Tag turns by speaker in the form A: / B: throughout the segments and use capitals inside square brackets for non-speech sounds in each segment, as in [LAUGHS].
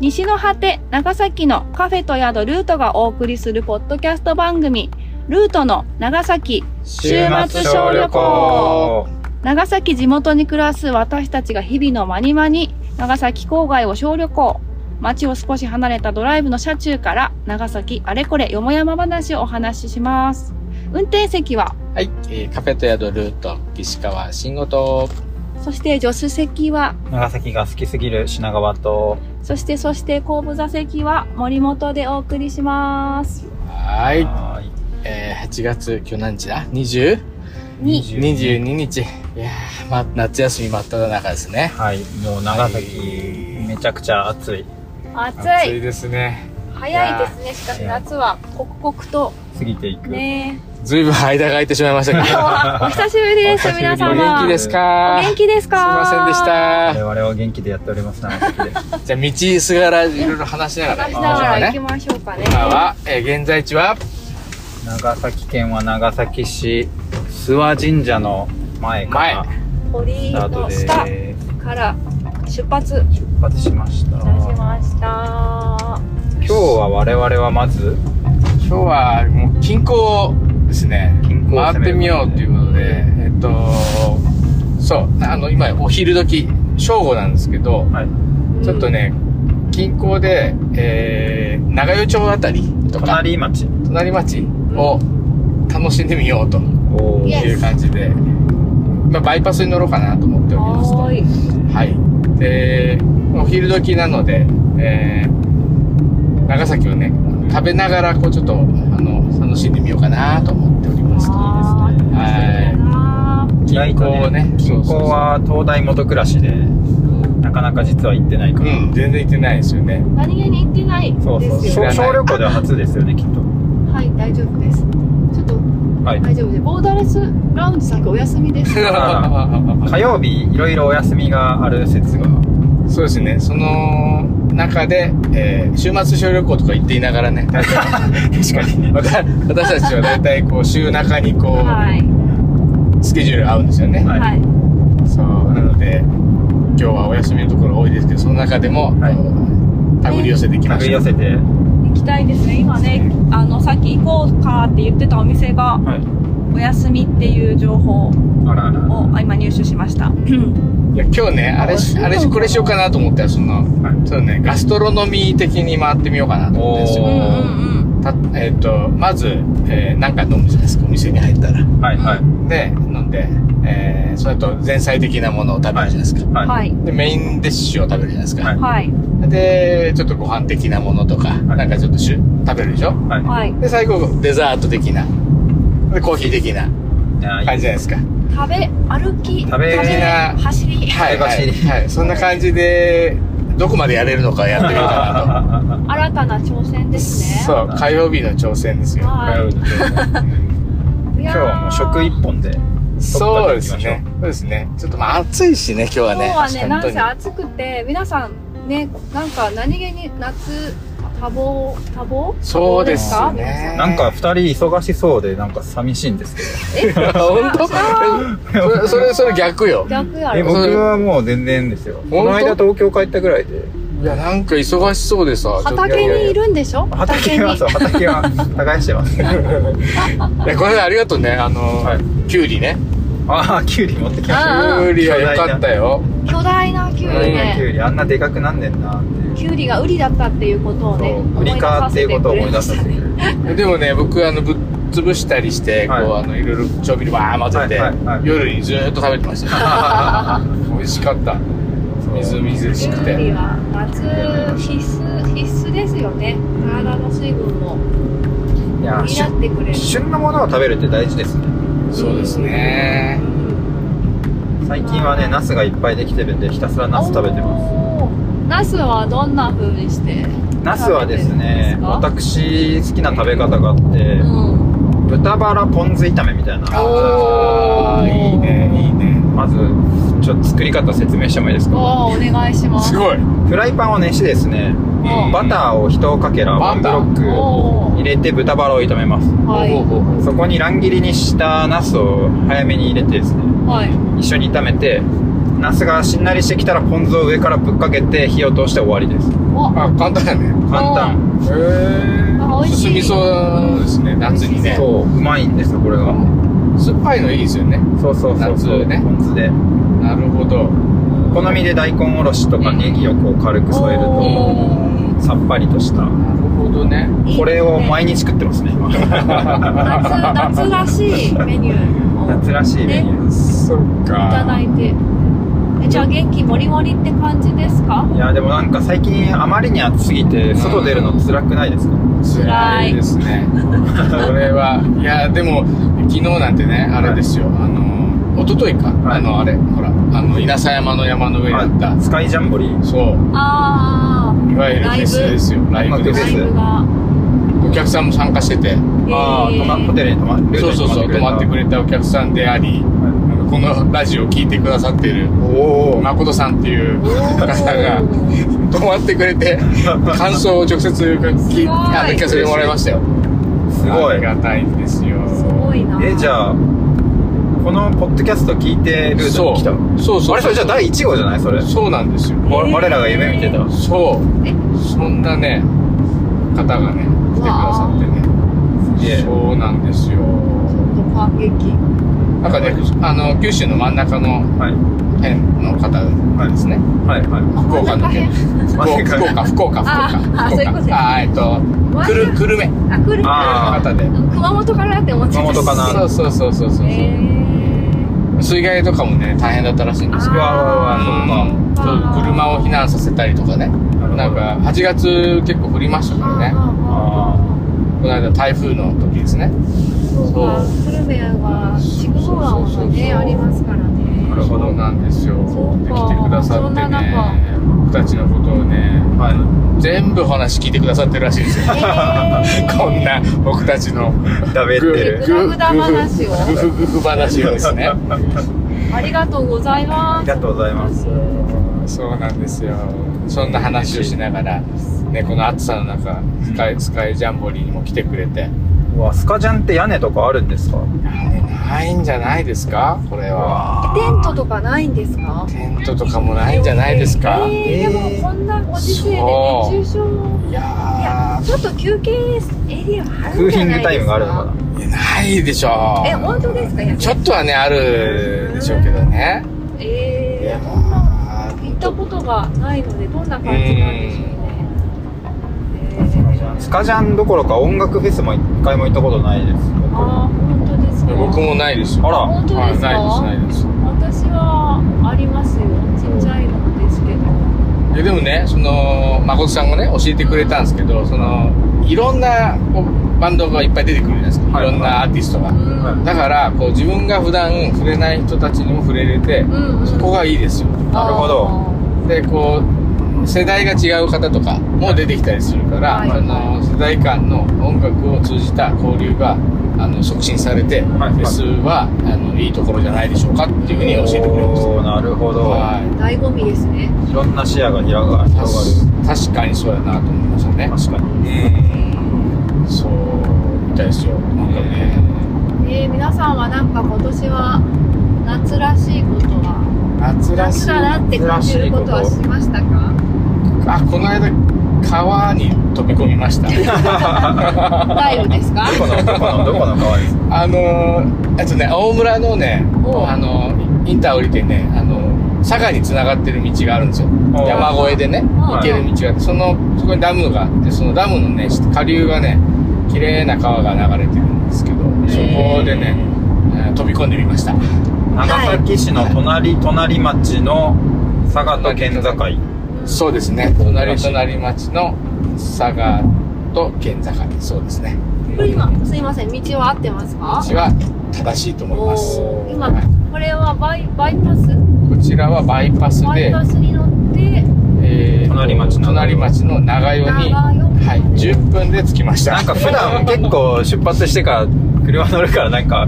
A: 西の果て長崎のカフェと宿ルートがお送りするポッドキャスト番組ルートの長崎週末小旅行長崎地元に暮らす私たちが日々のまにまに長崎郊外を小旅行街を少し離れたドライブの車中から長崎あれこれよもやま話をお話しします運転席は
B: はい、えーカフェと宿ルート、岸川慎吾と、
A: そして助手席は
C: 長崎が好きすぎる品川と、
A: そしてそして後部座席は森本でお送りします
B: は、
C: はい
B: えー、8月、今日何日だ ?20?22
A: に
B: 日。いやー、ま、夏休み真っ只中ですね。
C: はい、もう長崎、
B: はい
C: めちゃくちゃ暑い。
A: 暑
B: 暑い
A: い
B: ですね。
A: 早いですねしかし夏は刻々と
C: 過ぎていく。
A: ね
B: ずいぶん間が空いてしまいましたけど。
A: お久しぶりです
C: お久しぶ
A: 皆
C: りです
B: [LAUGHS] お
A: 様
B: 元気ですか
A: お元気です
B: すい
A: か
B: ませんでした
C: 我。々は元気でやっております、長崎で。
B: じゃあ、道すがらいろいろ話しながら
A: 話し
B: 行き
A: な
B: ましょう
A: が
B: から
A: 行き
B: ね。
A: ましょうかね
B: 今は、えー現在地は、
C: 長崎県は長崎市、諏訪神社の前から
A: 鳥
C: ス
A: 居
C: タート
A: の
C: で
A: 下
C: 出
A: から出発
C: 発しました。
A: いたしました
C: 今日は我々はまず、
B: 今日はもう近郊ですね
C: 近郊を
B: 回
C: 攻
B: っ
C: め
B: て
C: る
B: みようということでえっとそうあの今お昼時正午なんですけど
C: はい、
B: ちょっとね近郊で、えー、長与町あたりとか
C: 隣町。
B: 隣町を楽しんでみようと
C: お
A: イエ
C: ー
A: ス
B: いう感じで、まあ、バイパスに乗ろうかなと思っております
A: は
B: と
A: ーい
B: はい。で、お昼時なので、えー長崎をね、食べながら、こう、ちょっと、あの、楽しんでみようかなと思っております。
A: あー
B: は
A: 楽しみだな
B: 近郊をね、
C: 近
B: そう
C: 郊
B: そうそう
C: は東大元暮らしで、なかなか実は行ってないから。
B: うん、全然行ってないですよね。
A: 何気に行ってないですよ
C: そうそう。
B: 知らない
C: 小小旅行では初ですよね、きっと。
A: はい大丈夫ですちょっと
C: はい。
A: 大丈夫ですボーダーレスラウンジさんがお休みです
C: 火曜日いろいろお休みがある説が
B: [LAUGHS] そうですね、その中で、えー週末小旅行とか行っていなが [LAUGHS] らね、
C: 確かに
B: わた [LAUGHS] 私たちは大体、こう、週中にこ
A: はい、
B: う、スケジュール合うんですよね。
C: はい
A: はい、
B: そうなので今日はお休みのところ多いですけどその中でも、
C: はい
B: 手繰り寄せていき
C: 手
B: ま
C: 繰
B: し
C: り寄
B: ょう
C: せて
A: 行きたいですね今ねあのさっき行こうかって言ってたお店が
C: はい
A: お休みっていう情報を
C: あらあら
A: あ今入手しました
B: いや今日ねあれし
A: あ
B: あれしこれしようかなと思ったらその、
C: い
B: そうねガストロノミー的に回ってみようかなと思ってんです
A: う
B: よ
A: んうん
C: お
A: うん
B: たえっ、とまず、えーなんか飲むじゃないですかお店に入ったら
C: はいはい
B: で飲んで、えーそれと前菜的なものを食べるじゃないですか、
C: はいはい
A: はい
B: でメインデッシュを食べるじゃないですか、
C: は
A: はい
B: でちょっとご飯的なものとか、なんかちょっとしゅ食べるでしょ
C: は
A: はい
B: で最後デザート的なでコーヒー的ない
C: いや [LAUGHS]
B: 感じじゃないですか
A: 食べ歩き
C: 食べ
A: 走り
B: はい、はい、
C: 手走り
B: はい、そんな感じで、どこまでやれるのかやってみようかな
A: 新たな挑戦で
B: と。
A: すね
B: そう、火曜日の挑戦ですよ。
A: は
C: 火曜
A: い
C: 日の今日
A: いやー
C: 今日はもう食一本で
B: そうですね。そうですね。ちょっとまあ暑いしね、今日は
A: 今
B: ね。
A: 日はね、
B: 本
A: な
B: 当
A: ん
B: に
A: せ暑くて、皆さんね、なんか何気に夏、多忙、多忙
B: そうです
A: 多忙ですか
B: ね。
C: なんか二人忙しそうでなんか寂しいんですけ
B: 本当それ、それ、それ逆よ。
A: 逆や
C: どえ
A: ろ。
C: 僕はもう全然ですよこの間東京帰ったぐらいで
B: いや、なんか忙しそうでさ。ちょっと
A: 畑にいるんでしょ
C: 畑はそう畑は耕してます
B: いや、これありがとうね。あの
C: はい、
B: キュウリね。
C: ああキュウリ持ってきまし
B: キ
C: た
A: あ
B: ュウリはよかったよ。
A: 巨大なキュウリ
C: キュ
A: ね。
C: ウリあんなでかくなんねんなっていう
A: キュウリがウリだったっていうことをね、
C: そう売りかっていうことを思い出させてくれる
B: でもね、僕、あの、ぶっ潰したりして、こう、
C: はい
B: あの、いろいろ調味料バー混ぜて、
C: はいはいはい
B: 夜にずーっと食べてましたよ。 [LAUGHS] 美味しかった。みずみずしく
A: キュウリ
B: て。
A: は夏必須、必須ですよね。体の水分を
C: いや
A: 補
C: ー
A: ってくれる。
C: 旬のものを食べるって大事ですね
B: そうですね。
C: 最近はねナスがいっぱいできてるんでひたすらナス食べてます
A: す。ナスはどんな風にして
C: ナスはですね
A: 食
C: 私好きな食べ方があって
A: うん。
C: 豚バラポン酢炒めみたいな
A: お
B: あ
A: ー
B: ーいいね、いいね。
C: まずちょっと作り方説明してもいいですか
A: おーお願いします。
B: すごい。
C: フライパンを熱してですね
A: うん
C: バターを1かけらワンブロッ
A: お
C: ク入
A: ー
C: れて豚バラを炒めます
A: はい
B: ほうほうほう
C: そこに乱切りにしたナスを早めに入れてですね
A: はい
C: 一緒に炒めてナスがしんなりしてきたらポン酢を上からぶっかけて火を通して終わりです
A: お
B: あ、簡単やね。
C: 簡単
B: へ
A: あ
B: ー
A: 美味しい
B: 進みそうですね、夏にね。
C: そううまいんですよこれが
B: 酸っぱいのいいですよね。
C: そうそうそうそう
B: 夏ね
C: ポン酢で
B: なるほど。
C: お好みで大根おろしとか
B: うん
C: ネギをこう軽く添えると
B: おー
C: さっぱりとした
B: なるほどね。
A: いいですね
C: これを毎日食ってますね
B: [LAUGHS]
C: 今
A: 夏夏らしいメニューを
C: [LAUGHS] 夏らしいメニュ
B: そっ
A: いただいてえじゃあ元気もりもりって感じですか
C: ーいやでもなんか最近あまりに暑すぎて外出るの辛くないですか
B: 辛いですね。これは、いや、でも、昨日なんてね、あれですよ、あの、一昨日か、
C: はい
B: あの、あれ、ほら、あの、稲佐山の山の上だった、
C: スカイジャンボリー
B: そ
A: あ
B: う、いわゆるフェスですよ、ライブ
A: あ
B: で
C: ラ
A: ラ
B: す
A: イ。ブが
B: お客さんも参加してて、
C: ああ
A: えー
C: 泊まホテルに泊まって
B: そうそうそう、泊まってく
C: れ
B: れたお客さんであり、あのこのラジオを聞いてくださっている、
C: おお
B: 誠さんっていう方が、泊まってくれて、感想を直接聞
A: す
B: い
A: ごい
B: あの聞かせてもらいましたよ。
C: すご
B: あ
C: い
B: りがたいんですよ。
A: すごいな
C: えじゃあこのポッドキャスト聞いてルートに来たの
B: そうそうそう
C: あれそれじゃあ第1号じゃないそれ
B: そうなんですよ
C: わ我らが夢見てた
B: そう
A: え
B: そんなね方がね来てくださってね
C: すげえ
B: そうなんです
A: ち
B: よ
A: ょっと感激
B: なんかねあの九州の真ん中の
C: はい
B: 辺の方ですね
C: はいは
B: 福岡の県福
C: 真ん中辺
B: 岡福岡福岡
A: あ
B: 福
A: あ
B: 岡
A: そういうことね
B: あーえっとくるくるめの
A: あ来る
C: あ
B: 方で
A: 熊本からって思ってた
C: 熊本かな
B: そうそうそうそうそう
A: え
B: 水害とかもね大変だったらしいんですよ
C: うわうわうわ
B: うん
A: そうか
B: そう車を避難させたりとかね
C: い
B: なんか8月結構降りましたからねこの間台風の時ですね
A: そうか久留米は筑後川もねありますから
C: なる
A: ね
C: ほど
B: なんですよ
A: そうか
B: 来てくださ
A: そ
B: っ
A: ん
B: て
A: な
B: ね
A: 中
B: 僕たちのことをね
C: は
B: 全部お話聞いてくださってるらしいですよ [LAUGHS] こんな僕たちの
C: いだべってる
A: グダグダ話を
B: グフグフ話をで
A: [LAUGHS]
B: すね
A: ありがとうござい
C: あ
A: ま
C: り
A: す
C: がとうございます
B: そうなんですよそんな話をしながら、ね、この暑さの中スカイスカイジャンボリーにも来てくれて
C: うわスカジャンって屋根とかあるんですか
B: ないんじゃないですかこれは
A: テントとかないんですか
B: テントとかもないんじゃないですか、
A: えー、でもこんなご時世で熱中症も
B: い
A: い
B: や
A: やちょっと休憩エリアあ
C: ク
A: るん
C: ー
A: じ
C: リ
A: ゃ
C: ン
A: な
C: グ
A: い
C: タイ
A: で
C: ム
A: す
C: があるのか
A: か
C: な
B: ーないでしょう
A: え本当ですかいや
B: ちょっとはねあるでしょうけどねい
A: えー、
B: や
A: こんな
B: ー
A: 行ったことがないのでどんな感じなんでしょうねえー
C: スカジャンどころか音楽フェスも一回も行ったことないです僕
A: ああ本当ですか
B: 僕もないですよ
C: あら
A: 本当ですか
B: はいないですないで
A: 私はありますよちっちゃいのですけど
B: すいやでもねその誠さんがね教えてくれたんですけどそのいろんなこうバンドがいっぱい出てくるじゃないですか、
C: はい
B: い、ろんなアーティストが、
A: うん、
C: は
B: だからこう自分が普段触れない人たちにも触れれて、
A: うんうん
B: そこがいいですよ
C: なるほど
B: でこう世代が違う方とかも出てきたりするから、
A: はい
B: あの世代間の音楽を通じた交流があの促進されて、
C: はい
B: フェスはあのいいところじゃないでしょうかっていうふうに教えてくれました。
C: おーなるほど、
B: は
A: 醍醐味ですね
C: い、ろんな視野が広が
B: い
C: る
B: たし確かにそうやなと思いましたね。
C: 確かに
B: そうみたいですよ。なんかね、
A: えー、皆さんはなんか今年は夏らしいことは
B: 夏らしい
A: 夏だなって感じることはしましたか
C: [LAUGHS]
B: あこの間川に飛び込みました。
A: ダイブですか
C: どこのどこのどこの川ですか
B: あのー、あとね、大村のね、
A: おう
B: あのー、インター降りてね、あのー、佐賀に繋がってる道があるんですよ。
C: おう
B: 山越えでね、
A: おう
B: 行ける道があって、その、そこにダムがあって、そのダムのね、下流がね、綺麗な川が流れてるんですけど、そこでね、えー飛び込んでみました。
C: 長崎市の隣隣町の佐賀と県境
B: そうですね、隣隣町の佐賀と県境、そうですね。
A: これ今すいません道は合ってますか
B: 道は正しいと思います。
A: おー
B: は
A: 今
B: い
A: これはバイバイパス
B: こちらはバイパス
A: バイ
B: で、
A: パスに乗って
B: えー
C: 隣町の
B: 隣町の長与に、
A: 長与
B: はい、10分で着きました
C: なんか普段結構出発してから車乗るからなんか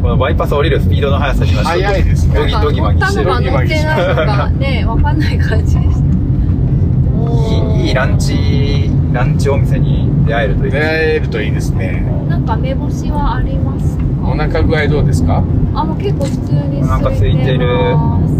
C: このバイパス降りるスピードの速さにはちょっと
B: 早いですね
C: ドギドギマギしてる
A: 乗ったのか乗ってないのかねわかんない感じでしたおー
C: いいいいランチランチお店に出会えるといい
B: 出
C: ですね
B: 会えるといいですね
A: なんか目星はありますか
B: お腹具合どうですか
A: あもう結構普通に
C: お腹空いてる
A: ます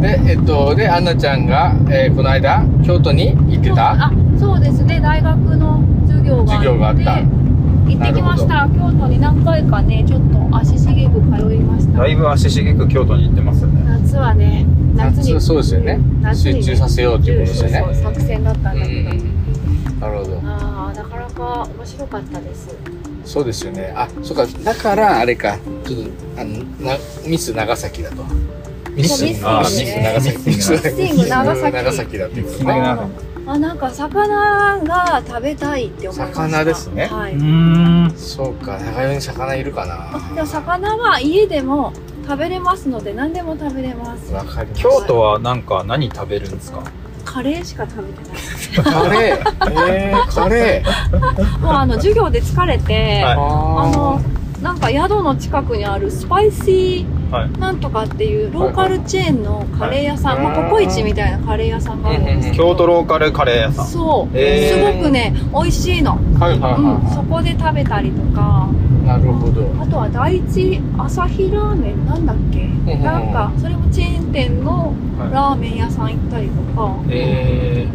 B: で、えっと、で、アンナちゃんが、えーこの間、京都に行ってた
A: あそうですね大学の授業があって
B: 授業があった
A: 行ってきました京都に何回かねちょっと足しげく通いました
C: だいぶ足しげく京都に行ってますよね
A: 夏はね夏に
B: そうですよね。
A: 夏に
B: 集中させようということですよね
A: そう。そう作戦だったんだけど、
B: うん。なるほど。
A: ああなかなか面白かったです
B: そうですよね。あ、そうか。だから、あれか。ちょっと、あの、なミス長崎だと。ミ
A: スミス
B: あ
A: ですね
B: ミス長崎。
C: ミス
A: ミス長崎
B: 長崎だっていうこと
C: ね
B: ね。
A: あーあなんか魚が食べたいって思いました
B: 魚ですね
A: は
C: う
A: い、
C: ーん
B: そうか。長与に魚いるか
A: でも
B: な。
A: 魚は家でも食べれますので何でも食べれます
B: わかりました。
C: 京都はなんか何食べるんですか
A: カレーしか食べてない
B: カ
A: [LAUGHS]
B: レー。えー、カレー。
A: もうあの授業で疲れ
B: [LAUGHS]
A: て、
C: はい
A: あの
B: あ
A: なんか宿の近くにあるスパイシ
C: はい
A: ーなんとかっていうローカルチェーンのカレー屋さん、
B: は
A: ま
B: い
A: あ、ココイチみたいなカレー屋さんがあるんですけど
C: 京都ローカルカレー屋さん
A: そう、
C: えー
A: すごくね美味しいの、
B: あ。はいはい
A: うん、そ
B: は
A: こで食べたりとか
B: い。なるほど。
A: あとは第一朝日ラーメンなんだっけ
B: んうん
A: なんかそれもチェーン店の
C: はい
A: ラーメン屋さん行ったりとか
C: え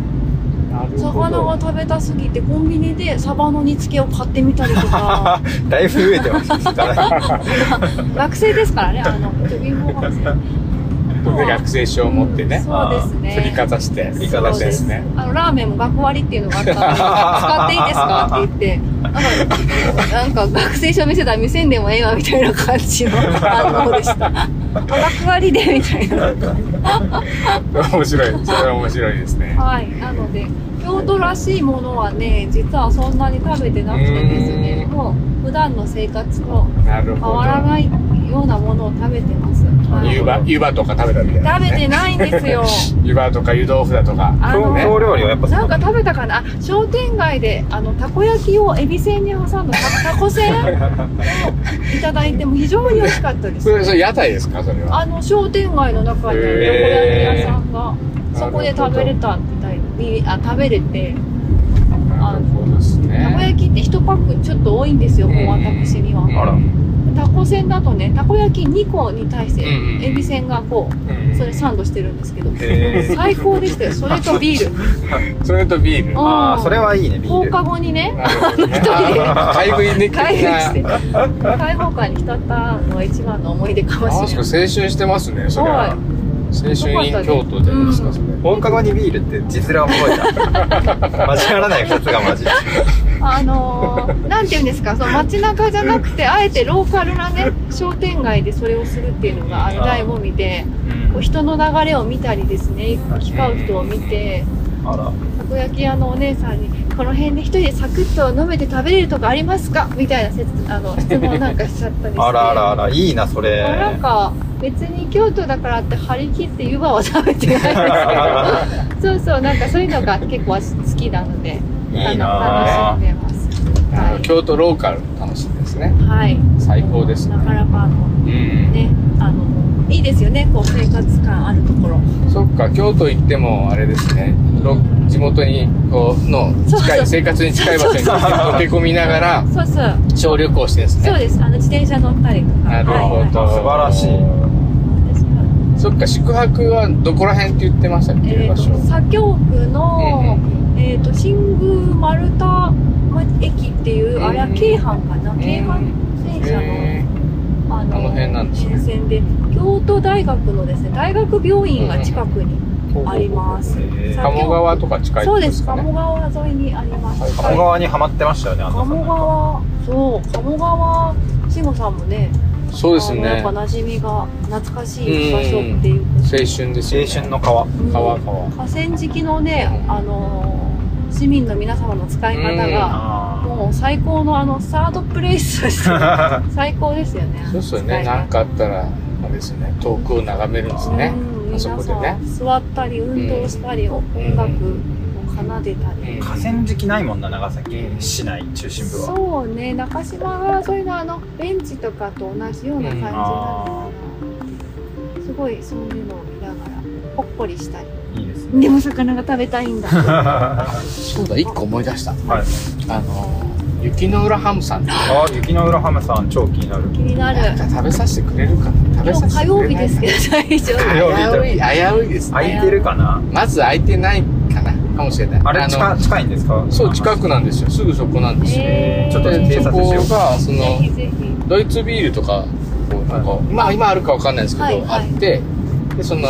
B: なるほ
A: 魚が
B: ど。
A: 食べたすぎてコンビニでサバの煮付けを買ってみたりとか
C: ー、だいぶ増えて [LAUGHS] ますね
A: 学生ですからねあのちょっと貧乏学生
B: で学生証を持ってね。
A: そうですね
B: 振りかざして。振
C: りかざし
B: し
C: で
B: ててですす
C: ね
B: ね。
A: あのラーメンも学割っていうのがあったので使っていいですかって言ってなんかなんか学生証見せたら見せんでもええわみたいな感じ
B: [LAUGHS]
A: の反応でしたあ学割でみたいな
B: 面白い。それは面白いですね。
A: [LAUGHS] はいなので京都らしいものはね実はそんなに食べてなくてですね
B: うーん
A: もう普段の生活と
B: なる
A: 変
B: ほど。
A: わらないようなものを食べてます、はい
B: 湯葉、湯葉とか食べたみたいな、
A: 食べ
B: ね。
A: てないんです
B: [LAUGHS]
A: よ
B: 湯葉とか湯豆腐だとか。
A: あ
C: 京
A: の
C: 京料理はやっぱ
A: なんか食べたかなあ商店街であのたこ焼きをエビせんに挟んだたたこせんをいただいても非常に美味しかったで
B: [LAUGHS] それ、
A: す
B: それ屋台ですかそれは。
A: あの商店街の中にあるたこ焼き屋
C: へー
A: さんがそこで食べれたみたいにあ食べれて
B: なるほどです
A: たこ
B: ね。
A: 焼きって1パックちょっと多いんですよ、
B: うん
A: もう私には、
B: うん
C: あら
B: うん
A: たこせんだとねたこ焼き2個に対して
B: うん
A: エビせんがこうそれサンドしてるんですけど
C: え
A: 最高でしたよそれとビール
B: それとビール。
A: あ
B: な
C: ー、ああそれはいいねビー
A: 放
C: ル
A: 課後にね
B: るほどね。あー買い食いでき
A: 開
B: る
A: 放して
B: な。
A: 開放感に浸ったのが一番の思い出か
B: あ
A: も
B: ー
A: し
B: そ
A: れ
B: う
A: な
B: 青
A: い
B: 春してますね、それは。
A: はい
B: 青春 in 京都じゃないですか、それ。
C: 放課後にビールって実例を覚えた [LAUGHS] 交わらない2つが混じって
A: あのー、なんて言うんですかその街中じゃなくてあえてローカルなね商店街でそれをするっていうのがあの醍醐味でこう人の流れを見たりですね行き交う人を見て
C: あら
A: たこ焼き屋のお姉さんに「この辺で一人でサクッと飲めて食べれるとこありますか?」みたいなせつあの質問なんかしちゃったりして
C: あらあらあらいいなそれ
A: まあなんか別に京都だからって張り切って湯葉を食べてないんですけど。そうそう、なんかそういうのが結構好きなので、
C: いい
A: あの
C: な
A: 楽しんでます。
B: あ
A: は
B: の京都ローカル楽しいですね。
A: い。はい。
B: 最高ですね
A: なかなかあの
B: うん。
A: ね、あのいいですよね、こう生活感あるところ。
B: そっか、京都行っても、あれですね、ろ地元に、こう、の、
A: そう
B: 近
A: そう
B: い、生活に近い場所に溶け込みながら、
A: そうそう、
B: 小旅行してですね。
A: そうです。あの自転車乗ったりとか。
B: なるほど。
C: はいはい素
A: 私は
B: そっか、宿泊はどこら辺って言ってましたっけ、
A: えっ、
B: 場所。
A: と左京区の、
B: うん
A: えっ、と新宮丸太ま駅っていう、あれは京阪かな、
B: うん
A: 京阪電車の。
B: へ
A: あの
B: あの辺なんですね
A: 沿線で京都大学のですね大学病院が近くに
B: ー
A: あります、
C: えー
A: さ
B: 鴨川とか近い
A: そうで
B: ですすかね。
A: 鴨川沿いにあります、
B: はい
C: 鴨川にはまってましたよねあんなさん
A: 鴨川そう鴨川慎吾さんもね
B: そうです
A: あのやっ
B: ね。
A: ぱ
B: 青
A: 馴染みが懐かしい場所っていうこと
B: 春ですよね。
C: 青春の川
A: うん
B: 川川。
A: 河川敷のねあのー市民の皆様の使い方が
C: あ
A: もう最高のあのサードプレイスとして
C: ー
B: [LAUGHS]
A: 最高ですよね
B: そうですよ
A: 使
B: ね。
A: い方
B: なんかあったら、あれですね、遠くを眺めるんですね
A: う。ん
B: あそこでね
A: 皆さん座ったり運動したり、音楽を奏でたり、
B: うん
C: 河川敷ないもんな長崎
B: うん
C: 市内中心部は
A: そうね中島川沿いのあのベンチとかと同じような感じなのかな、すごいそういうのを見ながらほっこりしたり
C: いいですね [LAUGHS]
A: でも魚が食べたいんだ
C: は
B: そうだ、一個思い出した。
C: いあ
B: あの、雪の浦ハムさんって
C: ー雪の浦ハムさん超気になる
A: 気にな
B: なん
A: る
B: か食べさせてくれるかな。食べ
A: 今
B: さ
A: 日
B: せ
A: 火
B: てく
A: 曜
B: れ
A: 日
B: ない
A: ですけど大丈
C: 火曜日だ
B: 危うい危ういですね
C: 空いてるかな
B: まず空いてないかなかもしれない
C: あれ近
B: の
C: 近いんですか
B: そう近くなんですよすぐそこなんですよ
A: えー
C: ちょっと
B: で
C: 偵
B: そ
C: 察し
B: こ
C: よう
B: が
A: 夫
B: そ
A: ぜひ
B: の
A: ぜひ
B: ドイツビールとかこうなんかまあ今あるかわかんないですけど、
A: はいはい
B: あってでそんな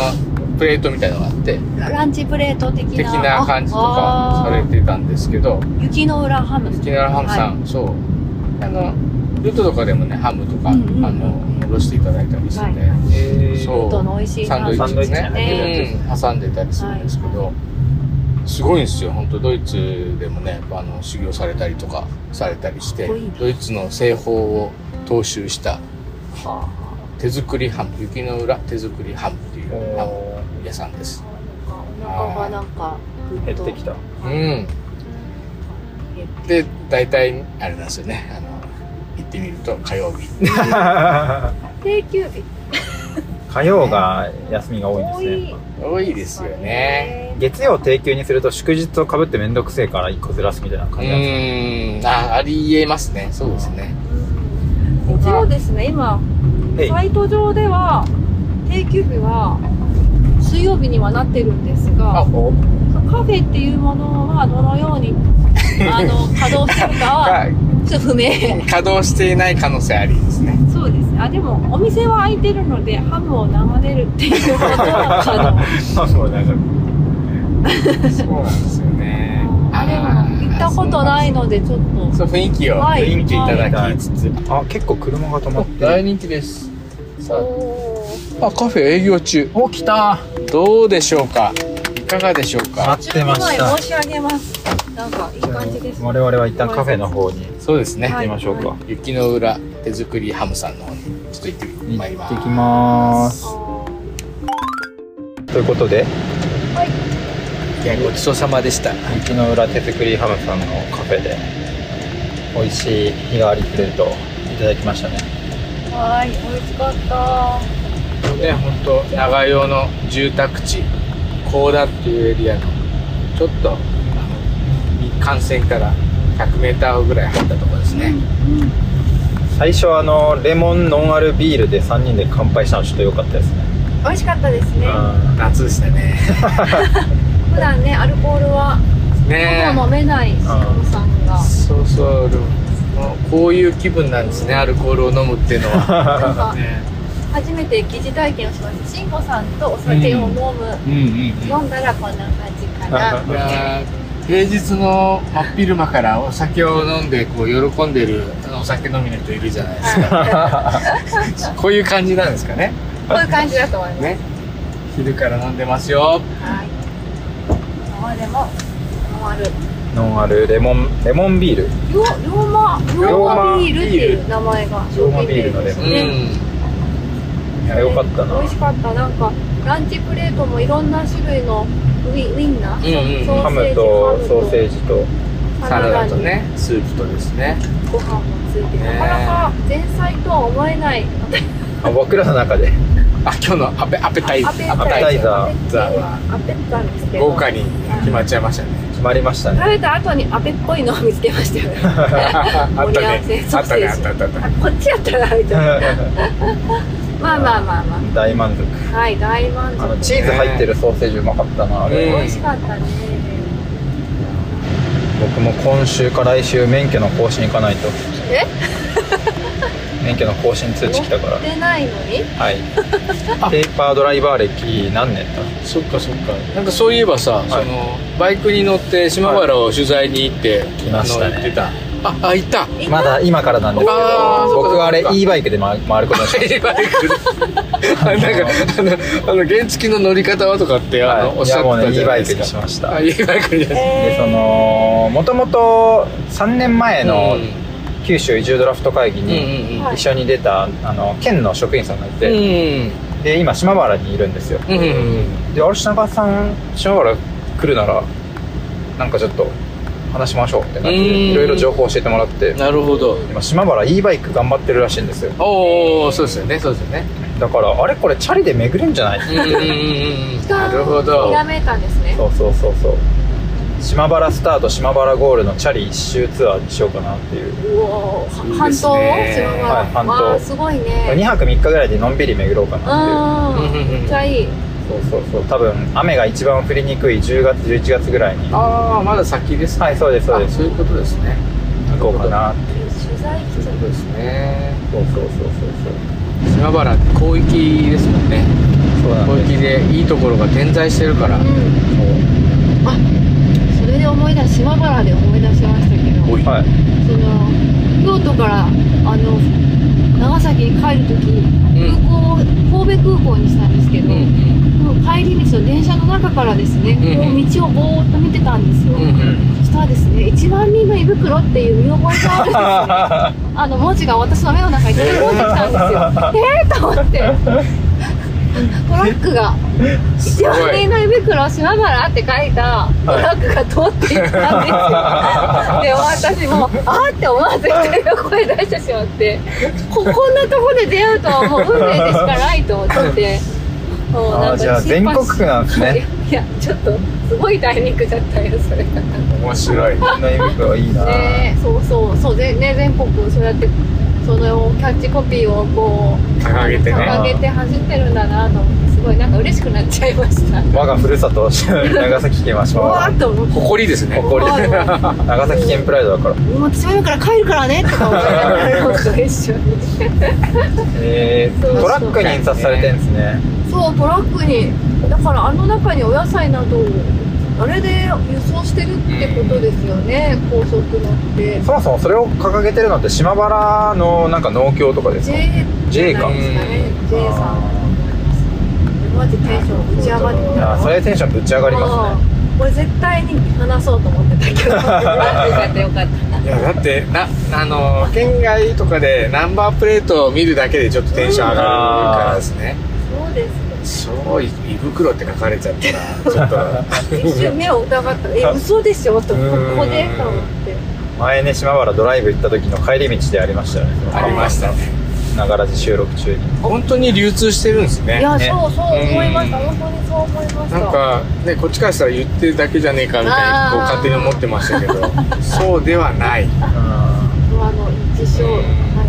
B: プレートみたいのがあって
A: ランチプレート的な
B: 的な感じとか
A: あ
B: されてたんですけど
A: あー雪の裏ハム
B: 沖縄ハムさん、そうあのルートとかでもねハムとか、
A: うんうん
B: あのおろしていただいたりしてて、
A: はいは
C: えー、
B: そう
A: ルートの美味しい
B: サンドイ
A: ハ
B: ッ
A: ム
B: チですね
C: サンドイッチ
B: うん挟んでたりするんですけど、すごいんですよ本当ドイツでもねあの修行されたりとかされたりして
A: かっこいいな
B: ドイツの製法を踏襲した
C: は
B: 手作りハム雪の裏手作りハムっていう
C: あ
B: ハム屋さんです
A: お腹がなんかぐっ
C: 減
A: と
C: って [LAUGHS] きた
B: うん
A: 減って
B: で大体あれなんですよねあの行ってみると火曜日
A: 定休日
C: 火曜が休みが多いんですね
B: 多いですよね
C: 月曜定休にすると祝日とかぶってめんどくせえから一個ずらすみたいな
B: う
C: 感じなんです
B: ーんあありえますねそうですね僕
A: そ
B: は
A: うですね今
C: えい
A: サイト上では定休日は水曜日にはなってるんです
B: あ
A: が
B: お
A: カフェっていうものはどのよ
C: [LAUGHS]
A: うにあの稼働してるかは
B: が
A: ちょっと不明
B: 稼働していない可能性ありですね
A: そうですねあでもお店は開いてるのでハムを生でるっていうことは可
C: [LAUGHS]
A: 能
C: あそうなんか
B: そうなんですよね
A: あでも行ったことないのでちょっと
B: そう雰囲気を
A: はい
B: 雰囲気いただきつつ、
C: あ結構車が止まって
B: 大
C: る
B: 人気ですさ
A: おー
B: ああカフェ営業中
C: お来た
B: どうでしょうかいかがでしょうか
C: 待ってまし
A: 15
C: た
A: 枚申し上げますなんかいい感じです
C: 我々は一旦カフェの方に
B: そうですね、
A: は
C: 行
A: い
C: きましょうか、
B: 雪の裏手作りハムさんの方にちょっと行ってまいります
C: 行ってきます
A: あ
C: ということで
B: いやごちそうさまでした
C: 雪の裏手作りハムさんのカフェで美味しい日替わりプレートをいただきましたね
A: ーはーい美味しかった
B: ね本当長与の住宅地高田っていうエリアのちょっとあの幹線から 100m ぐらい入ったところですね、
C: 最初あのレモンノンアルビールで3人で乾杯したのちょっと良かったですね
A: 美味しかったですね
C: あ
B: 夏でした [LAUGHS] ね
A: 普段ねアルコールは
B: ね
A: ほぼ飲めないし
C: あー
A: お父さん
B: [LAUGHS]
A: が
B: そうそうでももうこういう気分なんですねアルコールを飲むっていうのは [LAUGHS]
A: なん
C: ー
A: か
B: ね
A: 初めて疑似体験をしました慎吾さんとお酒を飲む、
B: うんうん
A: 飲んだらこんな感じかな
B: いやー平日の真っ昼間からお酒を飲んでこう喜んでるお酒飲みの人いるじゃないですか
A: は
B: こういう感じなんですかね
A: いこういう感じだと思います、
B: ね昼から飲んでますよ
A: はい今までもノンアル
C: ノンアルレモンレモンビール
A: 龍馬龍馬ビールっていう名前が
C: 龍馬ビールのレモン
A: ね
C: いや良かったな
A: 美味しかったなんかランチプレートもいろんな種類のウィウインナー、
B: うんうん
A: そう
C: ハムとソーセージと
B: サラダとねスープとですね
A: ご飯もついてな
B: ね
A: かなか前菜とは思えない
C: あ僕らの中で
B: あ今日のアペアペタイ
A: アペタ
C: タイ
A: イ
C: ザ
A: ザー
C: ー
A: アペタですけど
B: 豪華に決まっちゃいましたね
C: 決まりましたね
A: 食べた後にアペっぽいのを見つけましたよね
B: [LAUGHS] あ
A: 盛
B: っ
A: り
B: た
A: 合わ
B: ね
A: せ
B: あ
A: ソー
B: った
A: セ
B: ね
A: ー
B: あっ
A: ジ
B: たあったあった
A: あこっちやったらみたいな [LAUGHS] まあまあまあま
C: 大満足
A: あはい大満
C: あの
A: 足
C: チーズ入ってるソーセージうまかったなあれ
B: うん
A: 美味しかったね
C: 僕も今週か来週免許の更新行かないと
A: え
C: 免許の更新通知来たから
A: 乗ってないのに
C: はいペーパードライバー歴何年だ
B: そっかそっかなんかそういえばさ、そのバイクに乗って島原を取材に行って、
C: 来ましたね
B: あの行ってたああ行った
C: まだ今からなんですけど
B: あー
C: 僕はあ
B: そっかそっか
C: れ E バイクで回回ることにしまし
B: バイ [LAUGHS] クなんかあのあの原付の乗り方はとかって
C: た
B: あの、
C: はい
B: おっ
C: い
B: しゃ
C: やもう
B: っ
C: ね
B: てた
C: E
B: じゃな
C: バ
B: い
C: イ
B: です
C: ク
B: か
C: にしました
B: あいいバイクにです
C: でそのもともと3年前の
B: うん
C: 九州移住ドラフト会議に
B: うんうん
A: はい
C: 一緒に出たあの県の職員さんがいて、
B: う
C: で今島原にいるんですよ
B: んうんうんうん
C: であれ品川さん島原来るならなんかちょっと話しましょうってなっ
B: うん
C: ていろいろ情報教えてもらって
B: なるほど
C: 今島原 E バイク頑張ってるらしいんですよ
B: おおそうですよねそうですよね
C: だからあれこれチャリで巡れんじゃない
B: [LAUGHS] うんうんうんうんなるほど
A: ひらめいたんですね
C: そうそうそうそう島原スタート島原ゴールのチャリ一周ツアーにしようかなっていう
A: うおー
B: いい
A: 半
B: で
A: 島
B: す
A: 島
B: ね
A: 原、
C: はい半島
A: わあすごい
C: 2
A: ね
C: 泊3日ぐらいでのんびり巡ろうかなっ
A: うんめっちゃいい
C: ていうそうそうそう多分雨が一番降りにくい10月11月ぐらいに
B: ああまだ先ですね
C: はいそうですそうで
B: あ
C: す
B: そういうことですね
C: 行こうかなって
A: 取材基
B: そういう
A: 準
B: ことですね
C: そうそうそう
B: 島原って広域ですもんね
C: そうそうそうなん
B: 広
C: です
B: 域でいいところが点在してるから
A: うんそれで思い出し島原で思い出しましたけど
B: おい
C: はい
A: その京都からあの長崎に帰るとき空
B: う
A: 港を神戸空港にしたんですけど、
B: んうん
A: もう帰り道の電車の中からですね、
B: うん
A: こう道をぼーっと見てたんですよ、
B: うんうん
A: そしたらですね一番右の胃袋っていう見覚えがあるんですねあの文字が私の目の中に飛び込んできたんですよえー、と思
C: [LAUGHS]
A: ってトラックが「
B: す
A: 一
B: ごい
A: 番右の胃袋島原」って書いたトラックが通っていったんですよ、で私もうあーって思わず一人の声出してしまってここんなとこで出会うとはもう運命でしかないと思ってもう
C: あ
A: な
C: ー
A: ん
C: じゃ
A: か
C: あ全国区なんですね
A: いやちょっとすごいタイミングだったよそれがね
B: 面白い
C: の夢はいいな
A: そうそうそうでね全国そうやってそのキャッチコピーをこう
B: 掲げてね
A: 掲げて走ってるんだなと思ってすごいなんか嬉しくなっちゃいました
C: 我がふるさと [LAUGHS] 長崎県は島
A: わーっ
C: 原
A: と思って
B: 誇りですね
C: 誇
B: [LAUGHS]
C: り
A: わ [LAUGHS] ーっと思っ
C: 長崎県プライドだから
A: てもう私も今から帰るからねとか思いながらロッド一緒に
C: えー、トラックに印刷されてるんですね
A: そうトラックにだからあの中にお野菜などをあれで輸送してるってことですよね高速乗って
C: そもそもそれを掲げてるのって島原のなんか農協とかですか
A: J
C: J か
A: なんですかね J さんマジテンション打ち上がって
C: いやーそれテンションぶち上がりますね
A: これ絶対に話そうと思ってたけどよかったよかっ
B: いやだってなあのー県外とかでナンバープレートを見るだけでちょっとテンション上がるからですね、
A: たそうです
B: そう胃袋って書かれちゃったらちょっ
A: 一瞬目を疑ったえ嘘でしょとここでと思って
C: 前ね島原ドライブ行った時の帰り道でありましたよね
B: とありましたね
C: ながらじ収録中に
B: 本当に流通してるんです
A: い
B: ね
A: や、
C: ね
A: そうそう思いました
B: うん
A: 本当にそう思いました
B: なんかねこっちからしたら言ってるだけじゃねえかみたい
A: あー
B: にこう勝手に思ってましたけどそうではない
A: あの一生
B: うん
A: は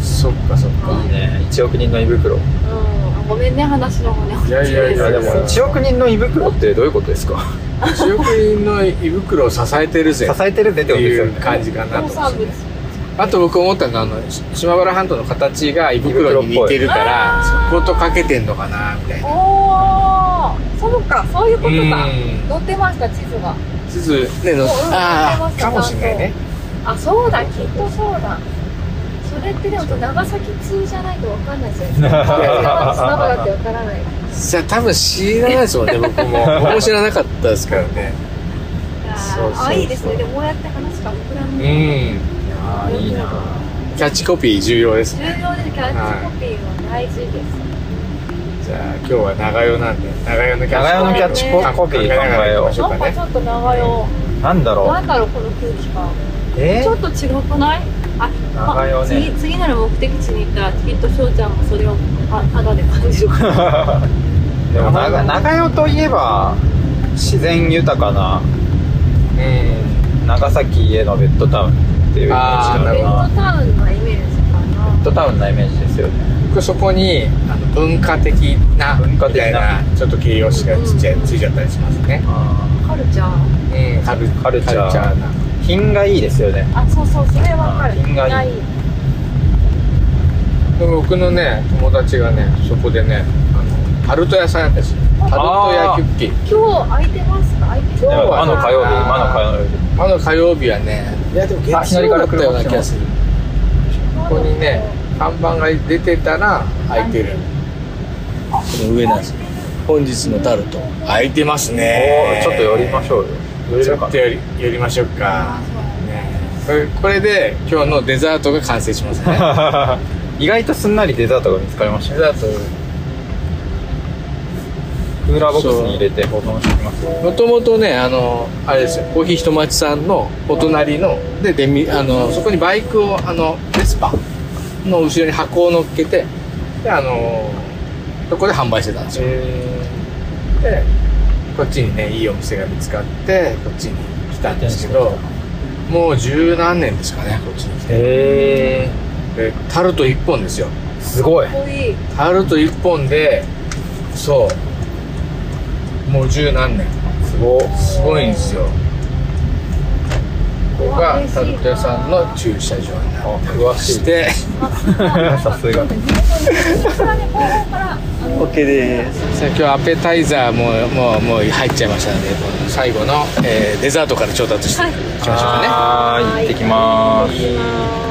A: い
B: そっかそっか
C: いいね1億人の胃袋い
A: そうですうんごめんね話の方ね
B: いやいやい
C: やでも
B: そう
C: 1億人の胃袋ってどういうことですか
B: 中国人の胃袋を支えてるぜ
C: 支
B: っ
C: えてるぜっててことですよ
B: いう
C: ね
B: 感じかなと
A: 農
B: 思っ
A: 産
B: て
A: 物
B: あと僕思ったのはあのし島原半島の形が胃袋に似てるからそことかけてんのかなみたいな
A: おーそうかそういうことか
B: うん
A: 載ってました地図が
B: 地図ねの
A: うん
B: あ
A: うん
B: あかもしれないね
A: あそうだきっとそうだそれってでも長崎通じゃないと分かんないじゃないで
B: [LAUGHS]
A: すか神戸から砂場だって分からない
B: じゃあ多分知らないですもんね僕も僕も知らなかったですからねそうそうそう
A: あいいですねでもこうやって話が膨ら
B: う
A: む
B: ん
C: ああいいな
B: キャッチコピー重要です
A: 重要でキャッチコピーは大事です、
B: じゃあ今日は長代なんで長代のキャ
C: 長屋のキャッチコピー考えよ
B: 考えましょう
A: なん
B: か
A: か
B: ね
A: ちょっと長よ、
C: うなんだろ
A: な
C: うん
A: だろうこの空気感
C: え
A: ちょっと違くないあ、
C: 長代ね
A: 次次なる目的地に行ったらきっと翔ちゃんもそれをあ肌で感じるから
C: [LAUGHS] でも長長代といえば自然豊かな
B: うん
C: 長崎へのベッドタウンっていうイメージがあ
B: な
C: る
A: ベ
B: るほ
A: ッ
C: な
A: ドタウンのイメージかな
C: ベッドタウンなイメージですよね
B: 僕そこにあの文化的な
C: 文化的な
B: みたいなちょっと形容詞がちっちゃいついちゃったりしますね
A: カルチャー
B: うんカル
C: カルチャー
B: カルチャーな
C: 品がいいですよね
A: あそうそうそれわかる
C: 品がいい
B: 僕のね友達がねそこでねあのタルト屋さんやったんですよタルト屋キュッキー
A: 今日空いてますか空いて
B: 今日
C: 魔
B: は
C: の火曜日
B: あー
C: 魔の火曜日
B: あの火曜日はねいやでも
C: あ
B: 月曜日だったような気がする
A: こ
B: ここにね看板が出てたら空いてるこの上なんです本日のタルト空いてます
C: お
B: ね
C: ーちょっと寄りましょうよ寄れ
B: ちょ
C: る
B: っ
C: か
B: と寄り寄りましょうかねこれこれで今日のデザートが完成しますね
C: [LAUGHS] 意外とすんなりデザートが見つかりました
B: デ
C: よ
B: ザート
C: クーラーボックスに入れて保存してきます
B: もともとねあのあれですよコーヒーひとまちさんのお隣のでデミあのそこにバイクをあのベスパの後ろに箱を乗っけてであのそこで販売してたんですよでここっちにねいいお店が見つかってこっちに来たんですけどもう十何年ですかねこっちに来て
C: へえ
B: でタルト1本ですよ
C: すごい
D: っこいい。
B: タルト1本でそうもう十何年
C: すごい
B: すごいんですよここがタルト屋さんの駐車場になってまして
C: [LAUGHS] さすが
E: オッケーです。
B: さあ今日アペタイザーももうもう入っちゃいましたので最後の、えーデザートから調達していきましょうかね
C: はーい行ってきま
D: あ
C: す
D: ー